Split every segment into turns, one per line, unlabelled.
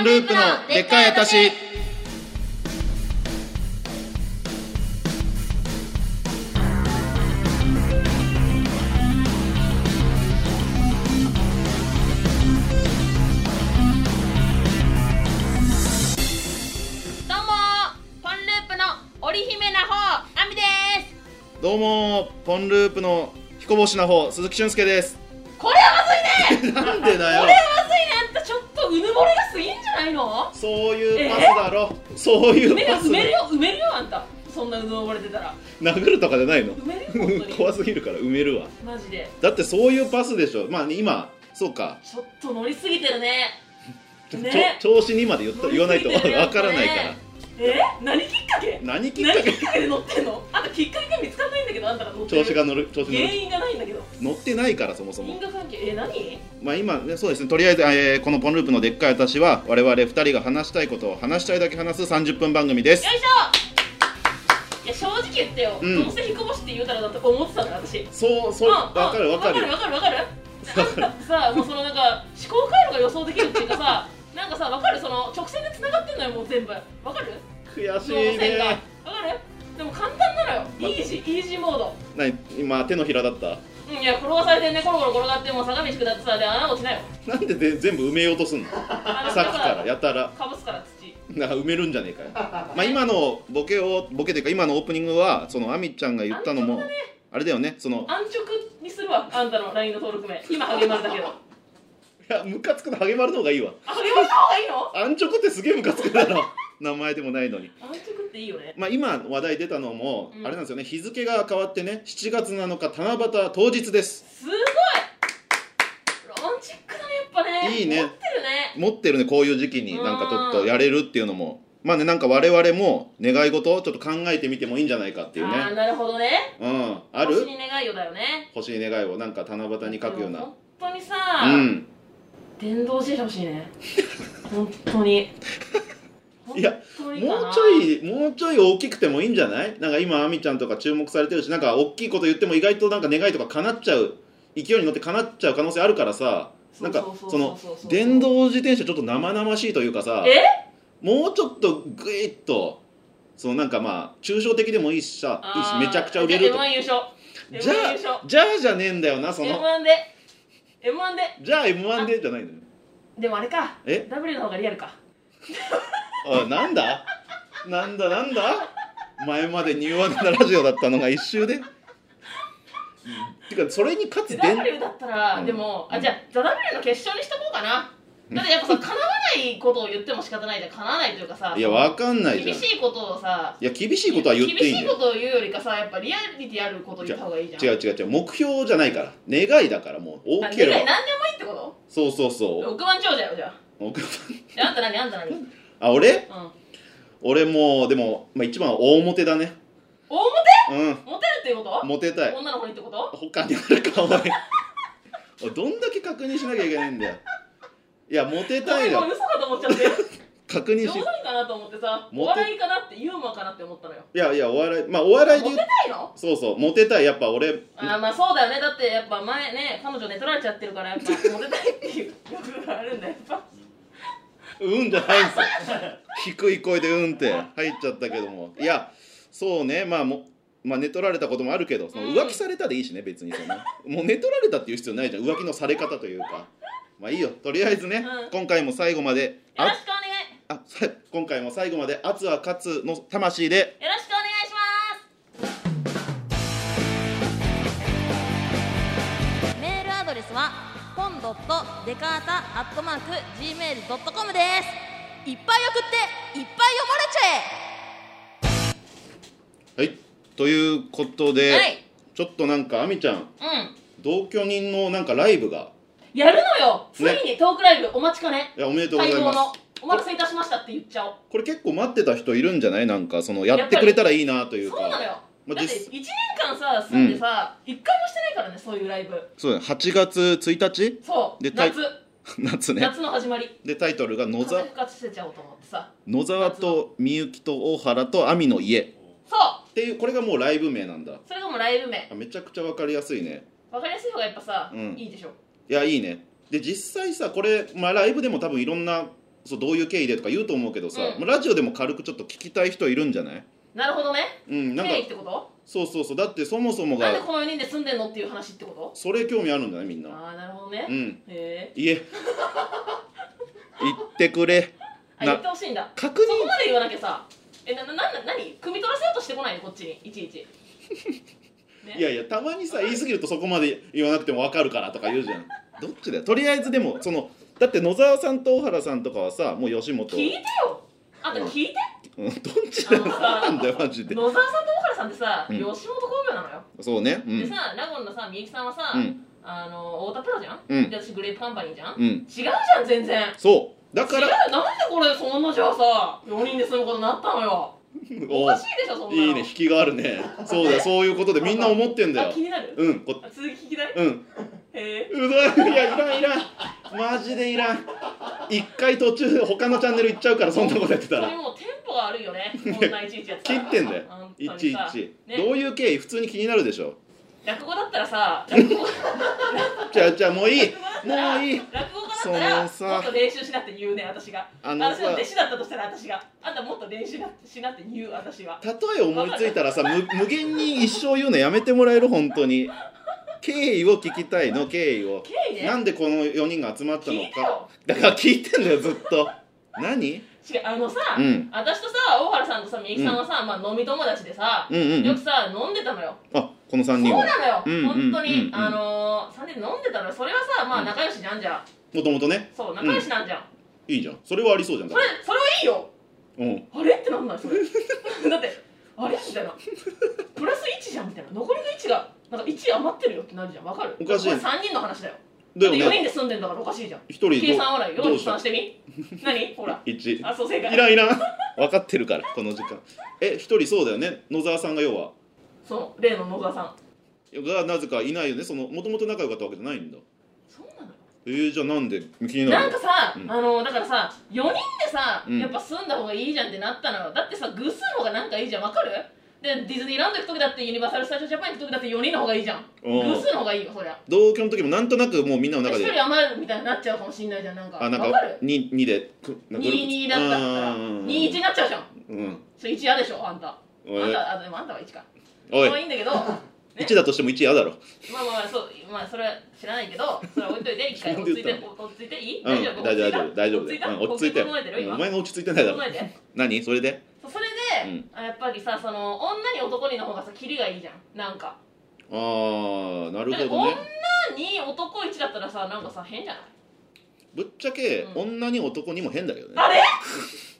ンループのでっかい私
どうもポンループの織姫な方あみです
どうもポンループの彦星の方鈴木俊介です
これはまずいね
なんでだ
これは
よ
まずいねあんたちょっとうぬぼれがすぎんじゃないの
そういうパスだろそうい
埋
う
める
パス
埋めるよ埋めるよあんたそんなうぬぼれてたら
殴るとかじゃないの
埋めるよ本当に
怖すぎるから埋めるわ
マジで
だってそういうパスでしょまあ今そうか
ちょっと乗りすぎてるね
ちょ
ね
調子にまで言った言わないと
乗り
分
すぎてるよね
からないから
え何きっかけ
何きっか
何
け
きっかけで乗ってんのあんたきっかけが見つかんないんだけどあんたが乗って
調
る
子が乗る調子乗
原
る
因がないんだけど
乗ってないからそもそも
因果関係え何
まあ今ねそうですねとりあえず、えーこのポンループのでっかい私は我々2人が話したいことを話したいだけ話す30分番組です
よいしょいや正直言ってよ、
うん
どうせ引っ越しって言うたらだと思ってたから私
そうそう
うん
わかるわかる
わかるわかるわかるあんたさもうそのなんか思考回路が予想できるっていうかさなんかさわかるその直線で繋がってんのよもう全部わかる
悔しい
脳線がわ
ね
かるでも簡単なのよ、
ま
イージーイージーモード
何今手のひらだった
うんいや転がされてねコロコロ転がってもう坂道下ってさで穴落ちないよ
なんでで全部埋めようとすんの さ
さ
っきからやたら
かぶすから土
なんか埋めるんじゃねえかよまあ今のボケをボケというか今のオープニングはそのアミちゃんが言ったのもあれだよねその
安直にするわあんたの LINE の登録名今励まるだけど
いやムカつくの励まるの方がいいわ
あ励ました方がいいの
安直ってすげえムカつくだ ろ名前でもないのに
安直っていいよね
まあ、今話題出たのも、
うん
あれなんですよね日付が変わってね7月7日七夕当日です
すごいロマンチックだねやっぱね
いいね
持ってるね
持ってるねこういう時期になんかちょっ
う
と
ん
やれるっていうのもまあねなんか我々も願い事をちょっと考えてみてもいいんじゃないかっていう
ああ
ね
なるほどね
うんあ
星
る
に願いよだよね
欲しい願いをなんか七夕に書くよう
で
な
も本当にさ、
うん
電動自転車欲しいね本当に
いや
本当にかな
もうちょいもうちょい大きくてもいいんじゃないなんか今あみちゃんとか注目されてるしなんか大きいこと言っても意外となんか願いとか叶っちゃう勢いに乗って叶っちゃう可能性あるからさなんか
うう
そうの
うう
電動自転車ちょっと生々しいというかさ
え
もうちょっとグイッとそのなんかまあ抽象的でもいいしさいいし
あー
めちゃくちゃ売れると
じゃあ M1 優勝
じゃ
M1 優勝
あじゃあじゃねえんだよなその
M1 で M1 で
じゃあ m 1でじゃないのよ
でもあれか
え
W の方がリアルか
おいなんだなんだなんだ前までニューワンダラジオだったのが一周でてかそれに勝つ電
W だったら、
うん
でも
う
あ
ん
じゃあザ・ W の決勝にしとこうかなだってやっぱさ叶わないことを言っても仕方ないじゃん叶わないというかさ
いやわかんないじゃ
厳
んい
しいことをさ
や厳しいことは言っていいん
厳
だ
しい
よ
ことを言うよりかさやっぱリアリティあることを言った方がいいじゃん
違う違う違う目標じゃないから願いだからもう
あ
大
何
きけ
でも
れ
いい
ば
ってこ
そうそう
と
そ
億万長者よじゃあ
う僕
えあんた何あんた何うん
あ俺
大
俺もうでも、まあ、一番は大モテだね
モ
うん
テモテるっていうこと
モテたい
女の子にってこと
他にあるかお前おいどんだけ確認しなきゃいけないんだよいやモテ
ご
た
め
い
んごめん
よ
嘘かと思っちゃって
確認
冗
し
談かなと思ってさ
モテ
お笑いかなってユーモアかなって思ったのよ
いやいやお笑いまあお笑いで
モ
言
テ
う
たいの
そうそうモテたいやっぱ俺
あーまあそうだよねだってやっぱ前ね彼女寝取られちゃってるからやっ ぱモテたいっていう欲があるんだやっぱ
うんじゃないんですよ低い声でうんって入っちゃったけどもいやそうねまあもまあ寝取られたこともあるけどその
うん
浮気されたでいいしね別にそのもう寝取られたっていう必要ないじゃん浮気のされ方というかまあいいよとりあえずね、
うん
今回も最後まで
よろ
あ
しくお願い
あさ今回も最後まで圧は勝つの魂で
よろしくお願いしますメールアドレスはポンドットデカータアットマーク Gmail.com ですいっぱい送っていっぱい読まれち
はいということで、
はい
ちょっとなんかあみちゃん
ゃえ
同居人のなんかライブが
うんやるのよつ
ね
いにトークライブお待ちかね
いやおめでとうござい
待望
ます
のお待たせいたしましたって言っちゃおう
これ結構待ってた人いるんじゃないなんかそのやってくれたらいいなというか
そうなのよ
まあ
だって
実
1年間さ住んでさ、一回もしてないからねそういうライブ
そうだね8月1日
そう
でタイ
夏、
夏ね
夏の始まり
でタイトルが野
風
沢
復活してちゃおうと思ってさ
「野沢とみゆきと大原と亜美の家」っ
そう
ていうこれがもうライブ名なんだ
それがもうライブ名
あめちゃくちゃわかりやすいね
わかりやすい方がやっぱさ、
うん
いいでしょ
いやいいねで実際さこれ、まあ、ライブでも多分いろんなそうどういう経緯でとか言うと思うけどさ、
うん
まあラジオでも軽くちょっと聞きたい人いるんじゃない
なるほどね
うんなんか
経緯ってこ
そうそうそうだってそもそも
とな
が
んでこの4人で住んでんのっていう話ってこ
それ興味あるんじゃないみん
と
な
ああなるほどね、
うん
へえ
言え 言ってくれ
あ言ってほしいんだ
確認
そこまで言わなきゃさえなななな何汲み取らせようとしてこないのこっちにいち いちね
いやいやたまにさ言い過ぎるとそこまで言わなくても分かるからとか言うじゃんどっちだよとりあえずでもそのだって野沢さんと大原さんとかはさもう吉本
聞いてよあでも聞いて
うんどっちだよ
あのさ
なんだよマジで
野沢さんと大原さんってさ、
うん
吉本興業なのよ、
そうねう
で
ん
さラゴンのさみゆきさんはさ、
うん
あの太田プロじゃん、
うん
で私グレープカンパニーじゃん、
う
違うんじゃん全然
そうだから
違うなんでこれそんなじゃあさ4人で住むことになったのよお
お
か
う
しいでしょそんなの
いいね引きがあるねそうだよそういうことでみんな思ってんだ
あ
よ
気になる、
うんこ
あ続き聞きたい
うん
へえ
うざいいやいらんいらんマジでいらん一回途中他のチャンネル行っちゃうからそんなことやってた
そ
ら
れもうテンポが悪いよねこんないちいちやってた
切
ら
ってんだよ
本
い
当
ち
に
い
さ
ち、
ね
どういう経緯普通に気になるでしょ
落語だったらさ落 語
じゃあ じゃあもういいも
落語だったら
ういい
落語家だった
そ
ら
のさ
もっと練習しなって言うね私が
あのさ
私の弟子だったとしたら私があんたもっと練習なしなって言う私は
例え思いついたらさ 無無限に一生言うのやめてもらえる本当に経緯を聞きたいの経緯を
経緯ね
なんでこの4人が集まったの
聞いて
か
よ
だから聞いてんだよずっと何
違うあのさ、
うん
私とさ大原さんとさみゆきさんはさ、まあ、飲み友達でさ、
うんうんう
よく
ん
さ飲んでたのよ
あこの3
そう
人は
なのよ、
うんうん
本当に、
うんうん
あのー、3人で飲んでたのよそれはさま
う
あ
ん
仲良しじゃんじゃん
もともとね
そう仲良しなんじゃん、
いいじゃんそれはありそうじゃんだ
それそれはいいよ
うん
あれってなんないそれ だってあれみたいなプラス1じゃんみたいな残りの1がなんか1余ってるよってなるじゃんわかる
おかしい
これ3人の話だよ
だよ
だって4
ね
人で住んでんだからおかしいじゃん
1人どう
計算笑い
ど
4
うし
人算
た
してみ 何ほら
1
あそう正解
いらんいらん分かってるからこの時間え一人そうだよね野沢さんが要は
その例の野沢さん
がなぜかいないよねそのもともと仲良かったわけじゃないんだ
そうなのよ
えー、じゃあなんで気にな
なん
る
かさ、
うん
あのだからさ4人でさ、
うん
やっぱ住んだ方がいいじゃんってなったのよだってさ偶数の方がなんかいいじゃんわかるでディズニーランド行く時だってユニバーサル・スタジオ・ジャパン行く時だって4人の方がいいじゃん
う
偶
ん
数の方がいいよそりゃ
同居の時もなんとなくもうみんなの
1
中で
人余るみたいになっちゃうかもしんないじゃんなんか
あ
わ
なん
か
か
る
二二でくなんかグループ
22だったら
うん
21になっちゃうじゃん
うん
それ1嫌でしょあんたあ
お
ん
い
たあでもあんたは1か
おい
まあいいんだけどまね
1だとしても1嫌だろ
あまあまあそうまあそれは知らないけどそれは置いといて一回落ち着いて
自
落ち着いていい、
うん大丈夫大丈夫大丈夫
落
だ
ち着いた
ようん落ち着いて
呼吸整えてる
うん
今
お前が落ち着いてないだろ
整えて
何それで
そうそれで、
うん
あやっぱりさその女に男にの方がさキリがいいじゃんなんか
あーなる
だって
ほどね
女に男1だったらさなんかさ変じゃない
ぶっちゃけ
うん
女に男にも変だけどね
あれ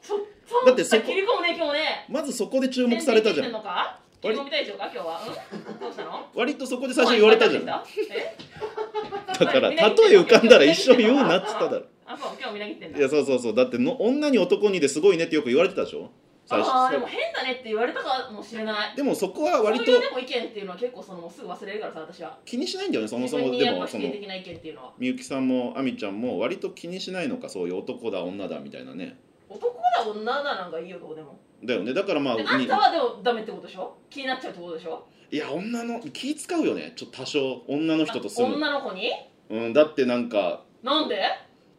そそ
だってそこ
さ切り込むね今日ね
まずそこで注目されたじ
変
ゃ
に切って
ん
んのか切り込み隊長か今日はうんどうしたの
割とそこで最初言われたじゃんだ
んえ
から例え浮かんだら一生言うなっつっただろ
あそう今日みなぎってんだ
いやそうそうそうだっての女に男にですごいねってよく言われてたでしょ最初
ああでも変だねって言われたかもしれない
でもそこは割と
そういうでも意見っていうのは結構そのもうすぐ忘れるからさ私は
気にしないんだよねそも
自
そ
分
も
に
で
やっぱ
も
否
その
定的な意見っていうのは
みゆきさんもあみちゃんも割と気にしないのかそういう男だ女だみたいなね
男だ女だなんかいいよどうでも
だよねだからまあ
であん
に
たはでもダメってことでしょ気になっちゃうってことでしょ
いや女の気使うよねちょっと多少女の人と住む、
女の子に
うん、だってなんか
なんでい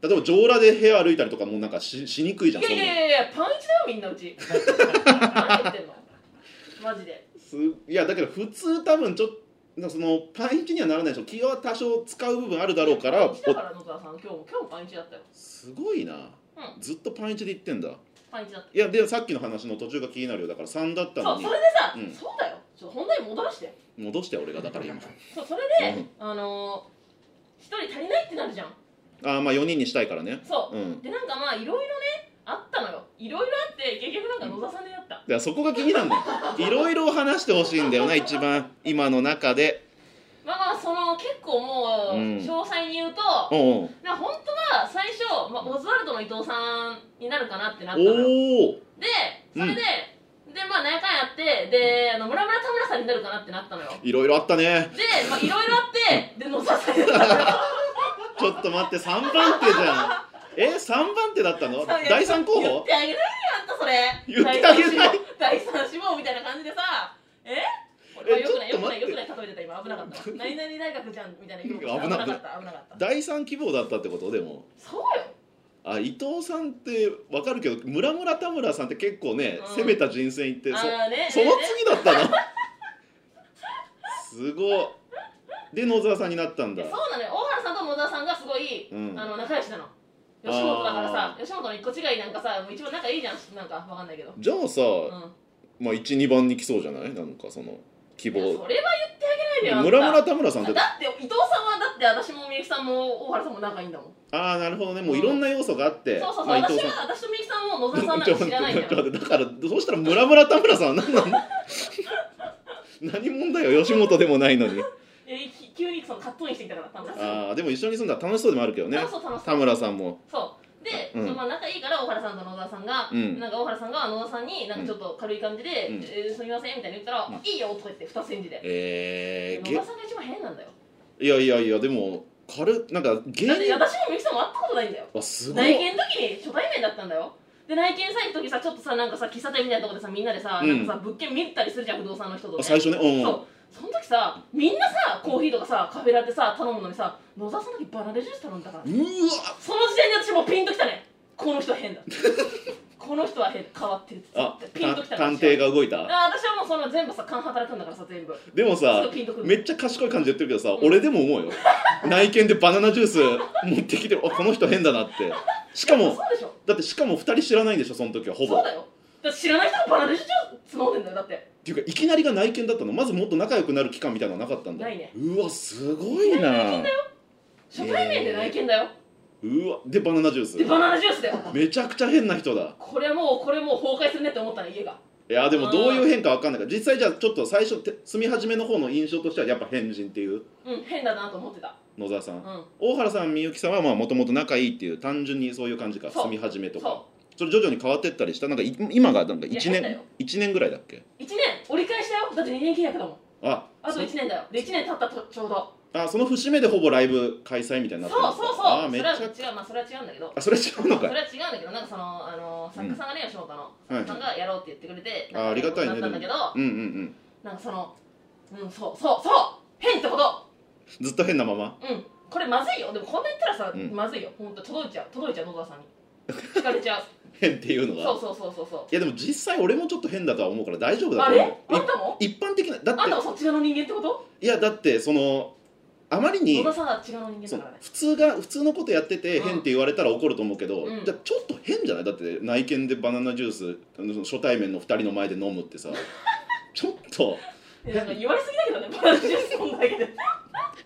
や
例えば上裸で部屋歩いたりとかもなんかししにくいじゃんそん
い
な
や
の
いやいやパンイチだよみんなうち何言ってんのマジです
いやだけど普通多分ちょっとそのパンイチにはならないでしょ気は多少使う部分あるだろうから
パンイチだから野沢さん今日も今日もパンイチだったよ
おすごいな、
う
ずっとパンイチで言ってんだ
パンイチだった
いやでもさっきの話の途中が気になるよだから3だった
そ
の
う
に
それでさ、
うん
そうだよちょっと本題に戻らして
戻して俺がだから今
そうそれで、
うん
あのー、一人足りないってなるじゃん
ああまあ4人にしたいからね
そううんでなんかまあいろいろねあったのよいろいろあって結局なんか野沢さんでやった、
だからそこが気になんだよいろいろ話してほしいんだよな一番今の中で
まあまあその結構もう、
うん
詳細に言うと、
おうおう
な本当は最初、まあ、オズワルドの伊藤さんになるかなってなったのよ
おお
でそれで、でまあ何回やってであの村村田村さんになるかなってなったのよ
いろいろあったね
でまあいろいろあってで野沢さんになったのよ
ちょっと待って3番手じゃんえ三3番手だったの第3候
言っ
補
てあげないよあんたそれ
言ってあげない
第三志望みたいな感じでさえ
え
よくない
ちょっと
よくな
待って
いよくない例えてた今危なか ったわ何々大学じゃんみたいな言おうとし
危
た
な
危
か
な
った
かった危なかった
第3希望だったってことでも
そうよ
あ伊藤さんってわかるけど村村田村さんって結構ね、
うん
攻めた人選行ってそ
あーね
その
ね
次だったのすごいで野沢さんになったんだ
でそうなのよ大原さんと野田さんがすごい、
うん
あの仲良しなの吉本だからさ
あ
吉本の一個違いなんかさもう一番仲いいじゃんなんかわかんないけど、
じゃあさ、
うん、
まあ12番に来そうじゃないなんかその希
いや
望
それは言ってあげないでよあんた
村村田村さんって
だって伊藤さんはだって私もみゆきさんも大原さんも仲いいんだもん
ああなるほどねもういろんな要素があって、
そうそうそう、
まあ、伊
私
藤さん
は私とみゆきさんも野沢さんなんか知らないんだよ
ちょっ と待ってだからどうしたら村村田村さんは何なの 何問だよ吉本でもないのに
えき急にそのカットインしてきたから楽し
ああでも一緒に住んだら楽しそうでもあるけどね
楽しそう楽しそ
田
う
村さんも
そうで、
うん
そのまあ仲いいから大原さんと野沢さんが、
うん
なんか大原さんが野沢さんになんかちょっと軽い感じで「
うん
えーすみません」みたいに言ったら「
うん
いいよ」とか言って二つ返事で、
えー、
野沢さんが一番変なんだよ
げいやいやいやでも軽っなんか芸
だって
人
私もみゆきさんも会ったことないんだよ
あすご
内
い
見の時に初対面だったんだよで内見さんの時さちょっとさなんかさ喫茶店みたいなとこでさみんなでさ、
うん
なんかさ物件見たりするじゃん不動産の人と
あ
ね
最初ねう
そうその時さみんなさコーヒーとかさカフェラテさ頼むのにさ野沢さんの時バナナジュース頼んだから
んうわ
その時点で私もうピンときたねこの人は変だこの人は変だ変わってるって
あ
ピンとき
た
た
探偵
が
が動いた
私はもうその全部さ勘働くんだからさ全部す
でもさ
ぐピンとくる
めっちゃ賢い感じで言ってるけどさ、
うん
俺でも思うよ内見でバナナジュース持ってきてあこの人変だなってしか
いや
も
そうでしょ
だってしかも2人知らないんでしょその時はほぼ
そうだよだって知らない人がバナナジュース飲んでんだよだって
っていうかいきなりが内見だったのまずもっと仲良くなる期間みたいなのはなかったんだ
ないね
うわすごいな
初対面で内見だよ、
うわでバナナジュー
でバ
ス
ナナジュースだよ
めちゃくちゃ変な人だ
これはもうこれもう崩壊するねって思ったね家が
いやでもどういう変化わかんないから実際じゃあちょっと最初て住み始めの方の印象としてはやっぱ変人っていう
うん変だなと思ってた
野沢さ
うんん
大原さんみゆきさんはもともと仲いいっていう単純にそういう感じか
そう
住み始めとか
そ
それ徐々に変わってったりしたなんかい今がなんか
いや
1
変だ
年
よ
一年ぐらいだっけ
う1年折り返したよだって2年契約だもん
あ
あと
そ
1年だよで1年経ったとちょうど
あその節目でほぼライブ開催みたいに
そ
な
う
っ
そ
て
う
ます
そう
あー
そ
め
れ
っち
は
ゃ
違うまあそれは違うんだけど
あそれは違うの
そ
か
れは違うんだけどなんかそのあの作家さんがね、吉本の
うん
作家さんがやろうって言ってくれて、
あーありがたいね
なんかやろうってなったんだ
うんうんうん
けどなんかそのうんそうそうそう変ってこと
ずっと変なまま
うんこれまずいよでもこんな言ったらさ、
うん
まずいよほんと届いちゃう届いちゃう野 沢さんに聞かれちゃう
変っていうの
そ
が
うそうそうそうそ
いやでも実際俺もちょっと変だとは思うから大丈夫
う
だ
あ
と思う
れあんたも
い一般的なだ
あんた
っ
もそっち側の人間ってこと
ていやだってそのあまり
野
に
沢さんは違うの人間
そう
だからね
普通が普通のことやってて
うん
変って言われたら怒ると思うけど、
うん
じゃあちょっと変じゃないだって内見でバナナジュースあのその初対面の2人の前で飲むって さちょっと
いやなんか言われすぎだけどねバナナジュース飲んだだけで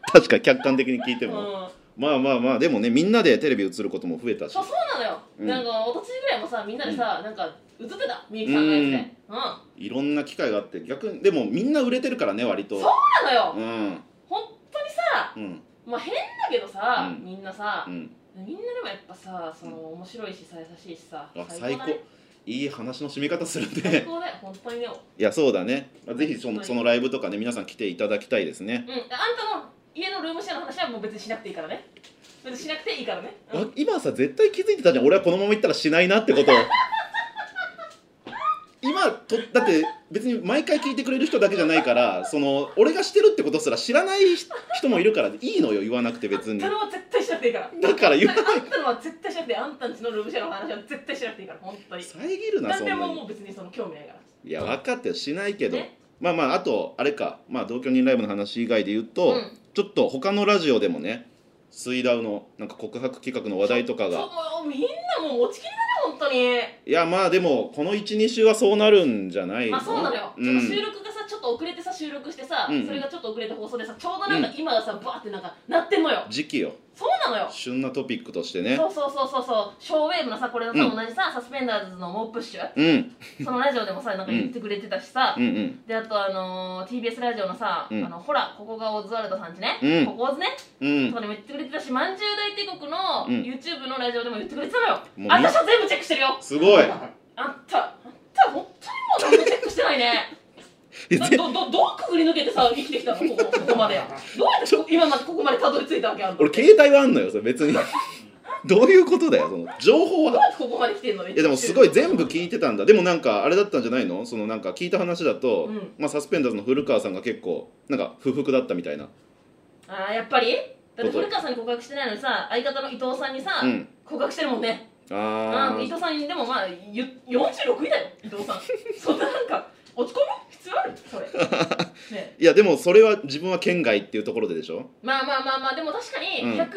確かに客観的に聞いて
うん
も、まあまあまあでもねみんなでテレビ映ることも増えたし
そうそうなのよ、
うん
なんかおとついぐらいもさみんなでさ、なんか映ってたみゆきさんのやつでうん、
いろんな機会があって逆にでもみんな売れてるからね割と
そうなのよ、
うん
本当にさ
うん
まあ変だけどさ、
うん
みんなさ
う、ん
みんなでもやっぱさその面白いしさ優しいしさ
あ
最
最
高
高
だね
いい話の締め方する
最
ね
高だよ本当にねう
いやそうだねぜひそ
は
の
い
そのライブとかね皆さん来ていただきたいですね、
んあんたの家のルームシェアの話はもう別にしなくていいからね別にしなくていいからね、うん
わ今さ絶対気づいてたじゃん俺はこのまま行ったらしないなってことを 今とだって別に毎回聞いてくれる人だけじゃないからその俺がしてるってことすら知らない人人もいるからいいのよ言わなくて別に
あんたのは絶対しなくていいから
だから言わ
あんたのは絶対しなくていいあんたんちのルームシェアの話は絶対しなくていいから本当に
遮るな
何
そん
で
な
もも
に
う別にその興味ないから
いや分かってよしないけど、
ね
まあまああとあれかまあ同居人ライブの話以外で言うと、
うん
ちょっと他のラジオでもねスイダウのなんか告白企画の話題とかが
そうもうみんなもう持ちきりだね本当
い
に
やまあでもこの12週はそうなるんじゃないの
まあそうなのよ、
う
ちょっと収
ん、
録がさちょっと遅れてさ収録してさ、
うん
それがちょっと遅れて放送でさちょうどなんか今がさ、バーってなんかなってんのよ
時期よ
そうなのよ
旬なトピックとしてね
そうそうそうそうそうショーウェーブのさこれのさ、
うん
同じさサスペンダーズの猛プッシュ
うん
そのラジオでもさなんか言ってくれてたしさ、
うんうん
であとあのー TBS ラジオのさ、
うん
あのほらここがオズワルドさんちね、
うん
ここオズね
う
と
ん
かでも言ってくれてたしまんじゅう大帝国の
うん
YouTube のラジオでも言ってくれてたのよ、
もう
あ私は全部チェックしてるよ
すごい
あんたあんた本当にもう全部チェックしてないね
え
ど
ぜ
どどどうくぐり抜けてさ生きてきたのここここまでどうやってこ今までここまでたどり着いたわけあんた
俺携帯はあんのよそれ別に どういうことだよその情報
どう
は
やってここまで来てんのい
いやでもすごい全
部
部聞いてたんだでもなんかあれだったんじゃないのそのなんか聞いた話だと、
うん
まあ、サスペンダーズの古川さんが結構なんか不服だったみたいな
ああやっぱりだって古川さんに告白してないのにさ相方の伊藤さんにさ、
うん
告白してるもんね
あ
あ
ー
伊藤さんでもまあゆ46位だよ伊藤さん そんななんか落ち込む必要あるそれ ね
いやでもそれは自分は県外っていうところででしょ
まあまあまあまあでも確かに
うん
100 100人100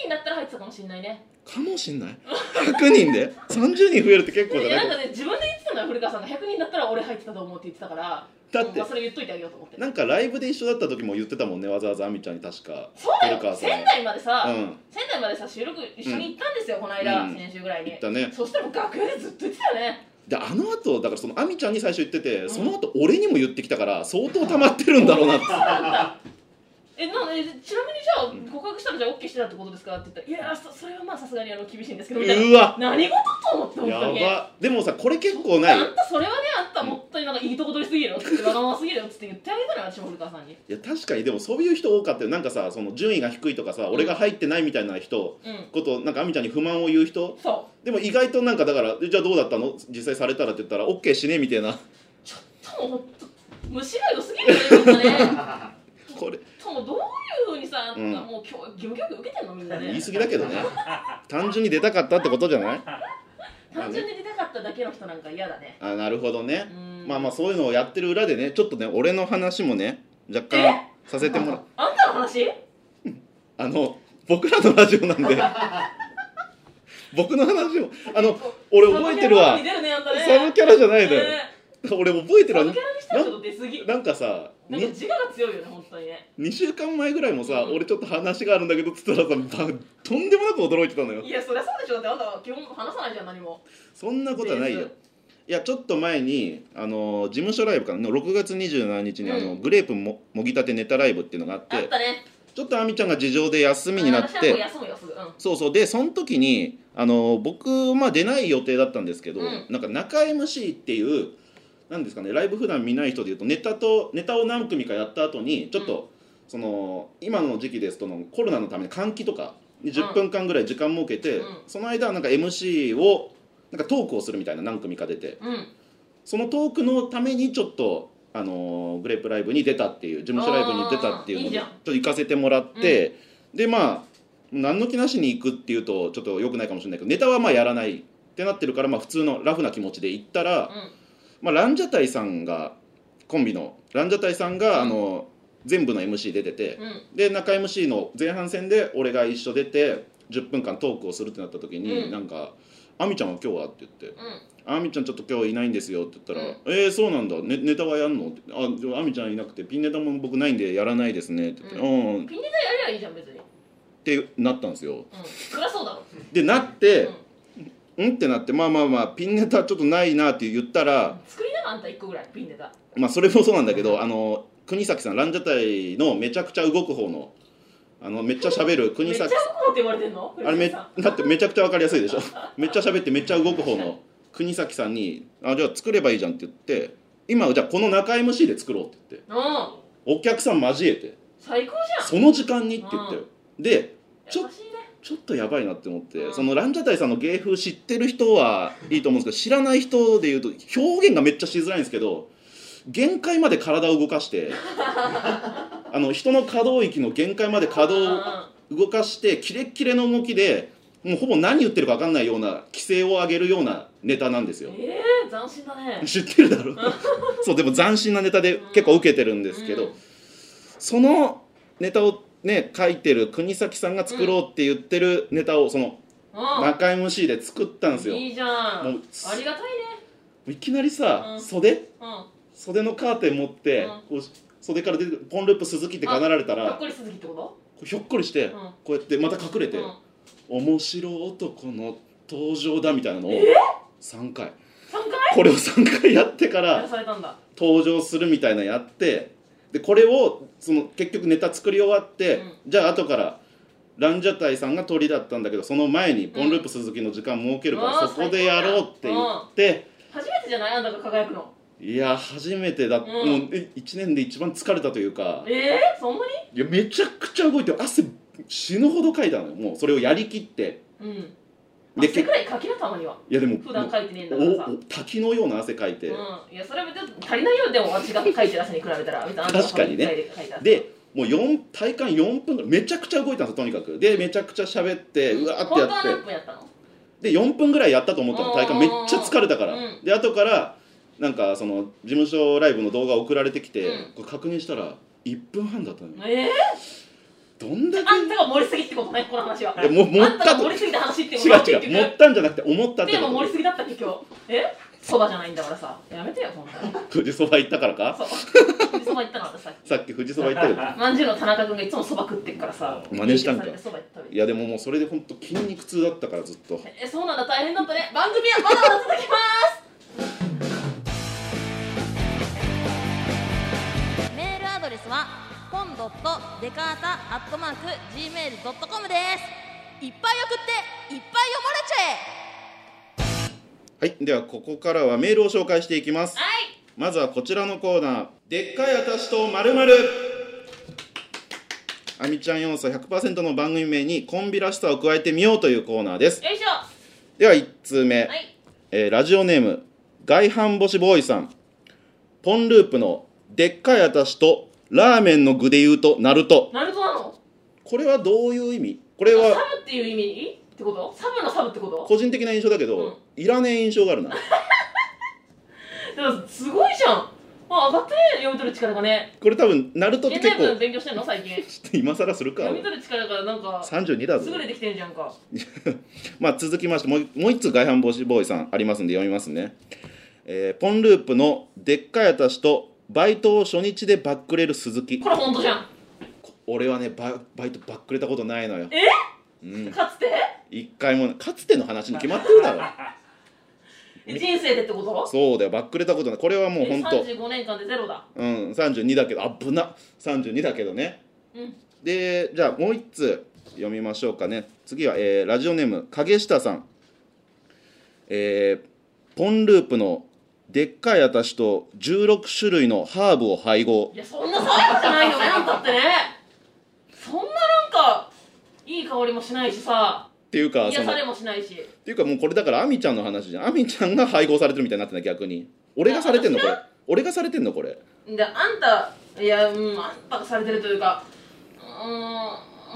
人だったら入ってたかもしれないね
かもしんない100人で30人増えるって結
い
構じゃ
や
な
ないんかね自分で言ってたのよ古川さんが100人だったら俺入ってたと思うって言ってたから
だって
まあそれ言っといてあげようと思って
なんかライブで一緒だった時も言ってたもんねわざわざあみちゃんに確か
そうだ
古川
よ
さん
仙台までさ、
うん
仙台までさ収録一緒に行ったんですよ、この間、
うん
先週ぐらいに
言ったね
そしたらもう楽屋でずっと言ってたよね
であの後だからそのあみちゃんに最初言ってて、
ん
その後俺にも言ってきたから相当溜まってるんだろうなって
えなんえちなみにじゃあ告白したらじゃあ OK してたってことですかって言ったら「いやそそれはまあさすがにあの厳しいんですけど」みたいな
うわ
何事と思って本
や
当に
ばでもさこれ結構ない
あんたそれはねあんたもっとなんかいいとこ取りすぎるよっつってわがまますぎるよっつって言ってあげたら私も古川さんに
いや確かにでもそういう人多かったよなんかさその順位が低いとかさ、俺が入ってないみたいな人
うん
ことなんかあみちゃんに不満を言う人
そ
でも意外となんかだからえじゃあどうだったの実際されたらって言ったら OK しねえみたいな
うともほんと虫が良すぎるよねみんなね
これ
ともどういうふうにさ、
うん
もう教育教育受けてんのみんなね
言い過ぎだけどね単純に出たかったってことじゃない
単純に出たかっただけの人なんか嫌だね
あなるほどね
うん
まあまあそういうのをやってる裏でねちょっとね俺の話もね若干
え
させてもらう
あんたの話
あの僕らのラジオなんで僕の話をあの俺覚えてるわ
サブキャラに出るねあんたね
サブキャラじゃないのよ
ね
俺覚えてる
サ
わ
ブキャラにしたらちょっと出過ぎ
なんかさ
なんか
に
自我が強いよね本当にね
2週間前ぐらいもさ、
うん
俺ちょっと話があるんだけどっつったらさばとんでもなく驚いてたのよ
いやそりゃそうでしょだってあんたは基本話さないじゃん何も
そんなことはない
ベ
よ
ー
いやちょっと前にあの事務所ライブかな6月27日に、あ
う
の
ん
グレープももぎたてネタライブっていうのがあっ
あってたね
ちょっとあみちゃんが事情で休みになっ
あ私はもう
て
休むよすぐうん
そうそうでその時にあの僕、まあ、出ない予定だったんですけど、
うん
なんか中 MC っていうなんですかねライブ普段見ない人でいうとネタとネタを何組かやった後にちょっと、その今の時期ですとのコロナのために換気とかに10分間ぐらい時間設けて、
うん
その間なんか MC をなんかトークをするみたいな何組か出て
うん
そのトークのためにちょっと、あのーグレープライブに出たっていう事務所ライブに出たっていうの
あーいい
で
じ
ち
ゃ
ょ
ん
っと行かせてもらって、でまあ何の気なしに行くっていうとちょっと良くないかもしれないけどネタはまあやらないってなってるから、まあ、普通のラフな気持ちで行ったら、まあ、ランジャタイさんがコンビのランジャタイさんが、あのー全部の MC 出てて
うんうん
で中 MC の前半戦で俺が一緒出て10分間トークをするってなった時に、
うん
なんか「あみちゃんは今日は?」って言って。
うん
あみちゃんちょっと今日いないんですよって言ったら
うん
「えー、そうなんだ、ね、ネタはやんの?」って「あじゃああみちゃんいなくてピンネタも僕ないんでやらないですね」って言って「
う
うん、っ
ピンネタやりゃいいじゃん別にうん
てなったんですよ
そりゃそうだろ
でなって「うん?」ってなってまあまあまあピンネタちょっとないなって言ったら
作りながらあんた一個ぐらいピンネタ
まあそれもそうなんだけどあの国崎さんランジャタイのめちゃくちゃ動く方のあのめっちゃ喋る
め
国
っちゃ
崎
動くって言われてんの
あれめ
藤井さん
だってめちゃくちゃ分かりやすいでしょ めっちゃ喋ってめっちゃ動く方の国崎さんに「あじゃあ作ればいいじゃん」って言って「今じゃあこの中 MC で作ろう」って言って
うん
お客さん交えて
最高じゃん
その時間にって言ったよでちょ
優しいね
ちょっとやばいなって思って
うん
そのランジャタイさんの芸風知ってる人はいいと思うんですけど知らない人で言うと表現がめっちゃしづらいんですけど限界まで体を動かして あの人の可動域の限界まで可動を動かしてキレッキレの動きでもうほぼ何言ってるか分かんないような規制を上げるようなネタなんです
う
よ
んうんええ斬新だね
知ってるだろそうでも斬新なネタで結構受けてるんですけど、
うん
そのネタをね書いてる国崎さんが作ろうって言ってるネタをその
う
中 MC で作ったんですよ
んいいじゃん
もう
ありがたいね
いきなりさ、
うん
袖
うん
袖のカーテン持って、こう袖から出てくるポンループ鈴木って奏られた
かっ
ら
こり鈴木ってこ
ひょっこりして、
とうん
こうやってまた隠れて、
うん
面白男の登場だみたいなのを3回
三回
これを3回やってか
や
ら
らされたんだ
登場するみたいなのやってでこれをその結局ネタ作り終わって、
う
じゃあ後からランジャタイさんが鳥だったんだけどその前にポンループ鈴木の時間設けるか
う
ら、
ん
そこでやろうって言って、
初めてじゃないあんたが輝くの
いや初めてだ、
ん
もう1年で一番疲れたというか
えー、そんない
やめちゃくちゃ動いて汗死ぬほどかいたのよもうそれをやりきって
にうん
で
汗くらいかきなたまにはい
やでも
普段書いてねえんだからさ
おお滝のような汗かいて、
うんいやそれはちょっと足りないよでも私が書いてる汗に比べたら別にあんたが
確かにね
書いて書いた汗
でもう4体感4分ぐらいめちゃくちゃ動いたんですよとにかくでめちゃくちゃ喋ってうわーってや
本当は
っ
何
て
分やったの
で4分ぐらいやったと思ったの体感めっちゃ疲れたから、
うん
で後からなんかその事務所ライブの動画送られてきて、
うん
これ確認したら1分半だったのよ
え
どんだ
ー、
け
あんたが盛りすぎってことねこの話はい
やもう盛
あん
ったた
が
と
盛りすぎた話って
違う違う持ったんじゃなくて思ったって
でも
こ
盛りすぎだったって今日えそばじゃないんだからさやめてよほんと に
と富士そば行ったからか
そうそば行ったの私さっ
さっき富士そば行っ たけど
きまんじゅうの田中君がいつもそば食ってっからさ
真似したんか
そば行ったの
いやでももうそれで本当筋肉痛だったからずっと
えそうなんだ大変だったね番組はまだまだ続きますメールアドレスはポンドットデカータアットマーク Gmail.com ですいっぱい送っていっぱい読まれち
はいではここからはメールを紹介していきます
ゃえ
まずはこちらのコーナー「でっかい私とまるあみちゃん要素100%の番組名にコンビらしさを加えてみようというコーナーです
はいよいしょ
では1通目、
はい
えーラジオネーム外反母趾ボーイさんポンループの「でっかい私とラーメンの具で言うとナルト
ナルトなの」
これはどういう意味これ
サ
は
ブっていう意味ってことサブのサブってこと
個人的な印象だけど、いらねえ印象があるな
でもすごいじゃんあ上がってね読み取る力がね
これ多分ナルトって
現
結
代文
構
勉強してんの最近
今更するか
読み取る力がなんか
32だぞ
優れてきてるじゃんか
まあ続きましてもうもう一つ外反母趾ボーイさんありますんで読みますね、えーポンループのでっかい私とバイトを初日でバックれる鈴木
これ本当じゃん
こ俺はねババイトバックれたことないのよ
え
うん
かつて
一回もかつての話に決まってるだろ
え人生でってこと
そうだよバックれたことないこれはもうほんと
え35年間でゼロだ
うん32だけど危な32だけどね
うん
でじゃあもう一つ読みましょうかね次は、えーラジオネーム影下さんえーポンループのでっかい私と16種類のハーブを配合
いやそんな最後じゃないよねあんたってねそんななんかいい香りもしないしさ
っていうかそ
癒
の
さ
っ
れもしないして
いうかもうこれだからアミちゃんの話じゃんアミちゃんが配合されてるみたいになってんだ逆に俺がされてんのこれ俺がされてんのこれ
であんたいやうんあんたがされてるというかう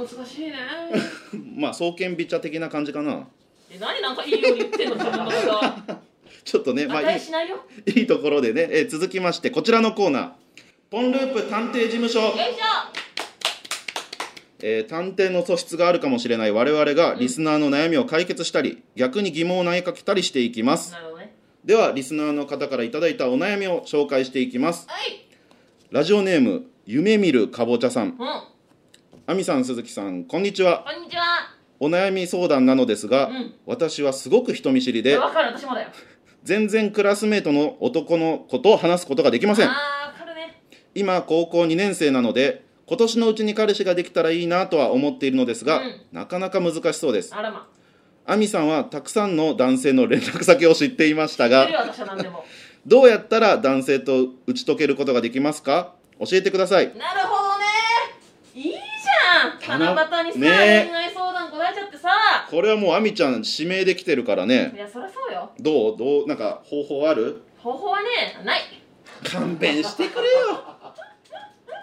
ーん難しいね
まあ双剣美茶的な感じかな
え何なんかいいように言ってんの自分のこ とが
ちょっとねま
和
あい
解
い
しないよよ
いいところでね、えー続きましてこちらのコーナー「ポンループ探偵事務所」
いしょ
えー探偵の素質があるかもしれない我々がリスナーの悩みを解決したり、逆に疑問を投げかけたりしていきます
なるほどね
ではリスナーの方からいただいたお悩みを紹介していきます
はい
ラジオネーム夢見るかぼちゃさん
うん
あみさん鈴木さんこんにちは
こんにちは
お悩み相談なのですが、
うん
私はすごく人見知り
い
で
やわかる私もだよ
全然クラスメートの男の子と話すことができません
あーわかるね
今高校2年生なので今年のうちに彼氏ができたらいいなとは思っているのですが、
うん
なかなか難しそうです
あらま
アミさんはたくさんの男性の連絡先を知っていました
知ってる
が
よ私は何でも
どうやったら男性と打ち解けることができますか教えてください
なるほどねいいじゃん
七
七夕にさ、
ね
恋愛相談答えちゃってさ
これはもうアミちゃん指名できてるから
い
ね
やそりゃそうよ
どうどうなんか方法ある
方法はねない
勘弁してくれよ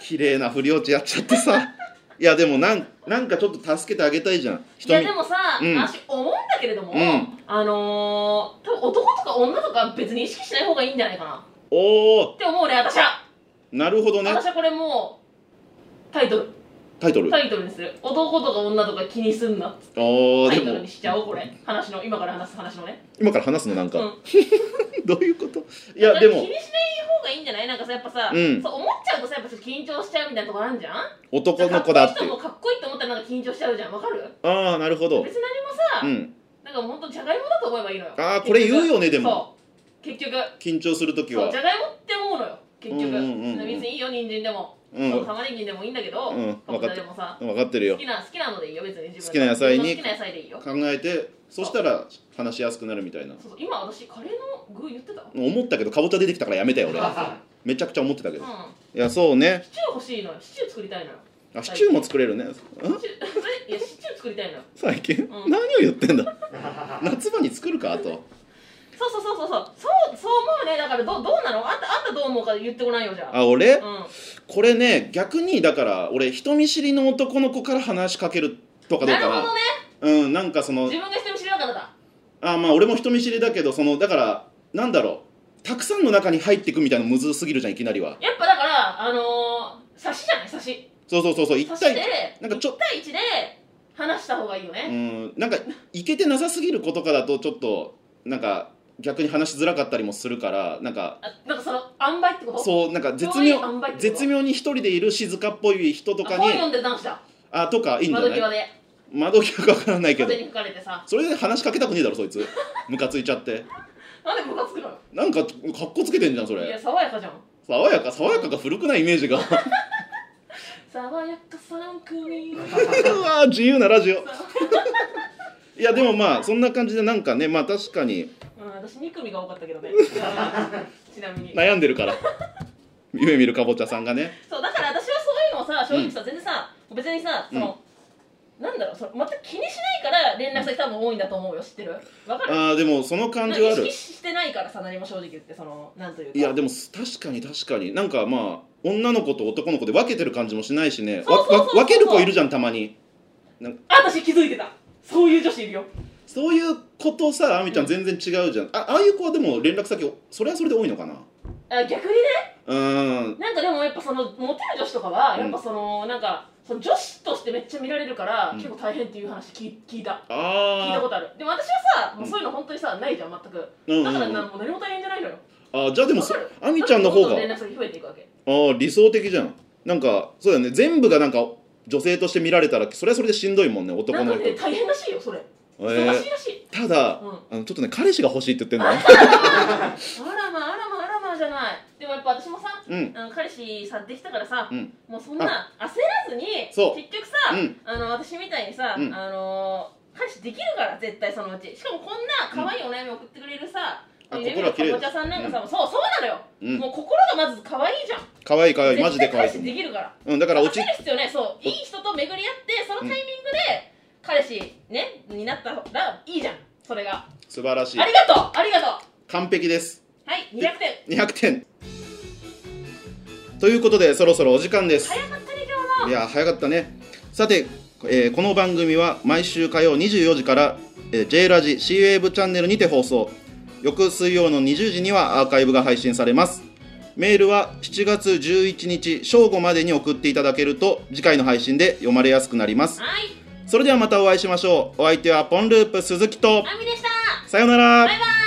綺麗な不り落ちやっちゃってさいやでもなんなんかちょっと助けてあげたいじゃん
いや
瞳
でもさ、
うん
私思うんだけれども、
うん
あのー、多分男とか女とか別に意識しない方がいいんじゃないかな
おお
って思うね私は、
なるほどね
私はこれもうタイトル
タイトル
タイトルにする男とか女とか気にすんな
おお
タ
で
イトル
も
にしちゃおうこれ話の今から話す話のね
今から話すのなん
う
か、
ん
どういうこといやで
気
も
にしない方がいいんじゃないなんかさやっぱさ、
うん
そう思っちゃうとさやっぱさ緊張しちゃうみたいなとこあるじゃん
男の子だって
か
い
っこいい人
う
もかっこいいと思ったらなんか緊張しちゃうじゃんわかる
ああなるほど
別に何もさ、
うん、
なんかもうほんとじゃがいもだと思えばいいのよ
あーこれ言うよねでも
そう結局
緊張するとき
そう
は
じゃがいもって思うのよ結局、
うんうんうんうん
別にいいよ人参でも、
うん
そう玉ねぎでもいいんだけど、
うん
かぼ
わ
ち
かっ
ゃ
た
でもさ
分かってる
好
よ
きな好きなのでいいよ別に自分の
好きな野菜に
自分の好きな野菜でいいよ
考えてそしたら話しやすくなるみたいな
そうそう今私カレーの具言ってた
思ったけどかぼちゃ出てきたからやめたよ俺めちゃくちゃ思ってたけ
う
ど
ん
いやそうね
シチュー欲しいのよシチュー作りたいのよ
あシチューも作れるねん
シチュー それいやシチュー作りたいのよ
最近
うん
何を言ってんだ夏場に作るかあと
そうそうそうそうそうそうそう思うねだからどどうなのあんたあんたどう思うか言ってごらんよじゃあ
あ俺
うん
これね逆にだから俺人見知りの男の子から話しかけるとかどう
な
か
るほ
な
どね
うんなんかその
自分が人見知りだからだ
あまあ俺も人見知りだけどそのだからなんだろうたくさんの中に入っていくみたいなのむずすぎるじゃんいきなりは
やっぱだからあのー、差しじゃない差し
そうそうそうそう一
差しで
体なんかちょ
1対1で話した方がいいよ
う
ね、
んなんかいけてなさすぎる子とかだとちょっとなんか逆に話しづらかったりもするからなんか
あなんかその塩梅ってことう
そうなんか絶
ちょうどいい
妙
塩梅ってこと
絶妙に一人でいる静かっぽい人とか
本
に
読んでる男子だ
あとかいいんじゃ
窓
な
際
い
で
窓際かわからないけど
風に吹かれてさ
それで話しかけたくねえだろそいつムカついちゃって
なんでムカつくのよ
なんかかっこつけてんじゃんそ
いや
れ
爽やかじゃん
爽やか爽やかが古くないイメージがうわ
爽やか3組
ー自由なラジオ いやでもまあそんな感じでなんかねまあ確かに
うん私2組が多かった けどねちなみに
悩んでるから夢見るかぼちゃさんがね
そうだから私はそういうのをさ正直さ、全然さ別にさその、なんだろうその全く気にしないから連絡先多分多いんだと思うよ知ってるわかる
あーでもその感じはあ
意
る
識してないからさ何も正直言ってそのなんというか
いやでもす確かに確かになんかまあ女の子と男の子で分けてる感じもしないしね
そうそうそうそう
わわ分ける子いるじゃんたまに
あ私気づいてたそういう女子いるよ
そういうことさあみちゃん全然違うじゃん、あああいう子はでも連絡先それはそれで多いのかな
あ逆にね
うーん
なんかでもやっぱそのモテる女子とかは
うん
やっぱその、なんかその女子としてめっちゃ見られるから、
うん
結構大変っていう話聞い聞いた聞いた
あ
こ
ー
とあるでも私はさ、もうそういうの本当にさないじゃん全く
うんう
だ
ん
から
うん
なもう何も大変じゃないのよ
あーじゃあでもそ
わかる
あみちゃんの方が
どど連絡先増えていくわけ
あー理想的じゃんなんかそうだよね全部がなんか女性として見られたらそれはそれでしんどいもんね
な
男
ん
の
か
人、
ね大変らしいよそれ
え
忙し
ー
いらしい
ただ、
うん
あのちょっとね彼氏が欲しいって言ってんの
あらまああらまあらまじゃないでもやっぱ私もさ
うん
あの彼氏さできたからさ
うん
もうそんな焦らずに
そう
結局さ
うん
あの私みたいにさ
うん
あの彼氏できるから絶対そのうちしかもこんな可愛いお悩み送ってくれるさ
あ
ゆるゆ
心
る
は綺麗
かぼちゃさんなんかさそうそうなのよ
うん
もう心がまず可愛いじゃん
可愛い可愛いマジ
絶
で可愛
対
いと
彼氏
思
できるから
う、うん、だから
焦
落ち
る必要ないそういい人と巡り合ってそのタイミングで彼氏ねになったらいいじゃんそれが
素晴らしい
ありがとうありがとう
完璧です
はい200点
200点ということでそろそろお時間です
早かったね今日
い
も
や早かったねさて、えーこの番組は毎週火曜24時から、えー J ラジ C ウェーブチャンネルにて放送翌水曜の20時にはアーカイブが配信されますメールは7月11日正午までに送っていただけると次回の配信で読まれやすくなります
はい
それではまたお会いしましょうお相手はポンループ鈴木と
あみでした
さようなら
バイバイ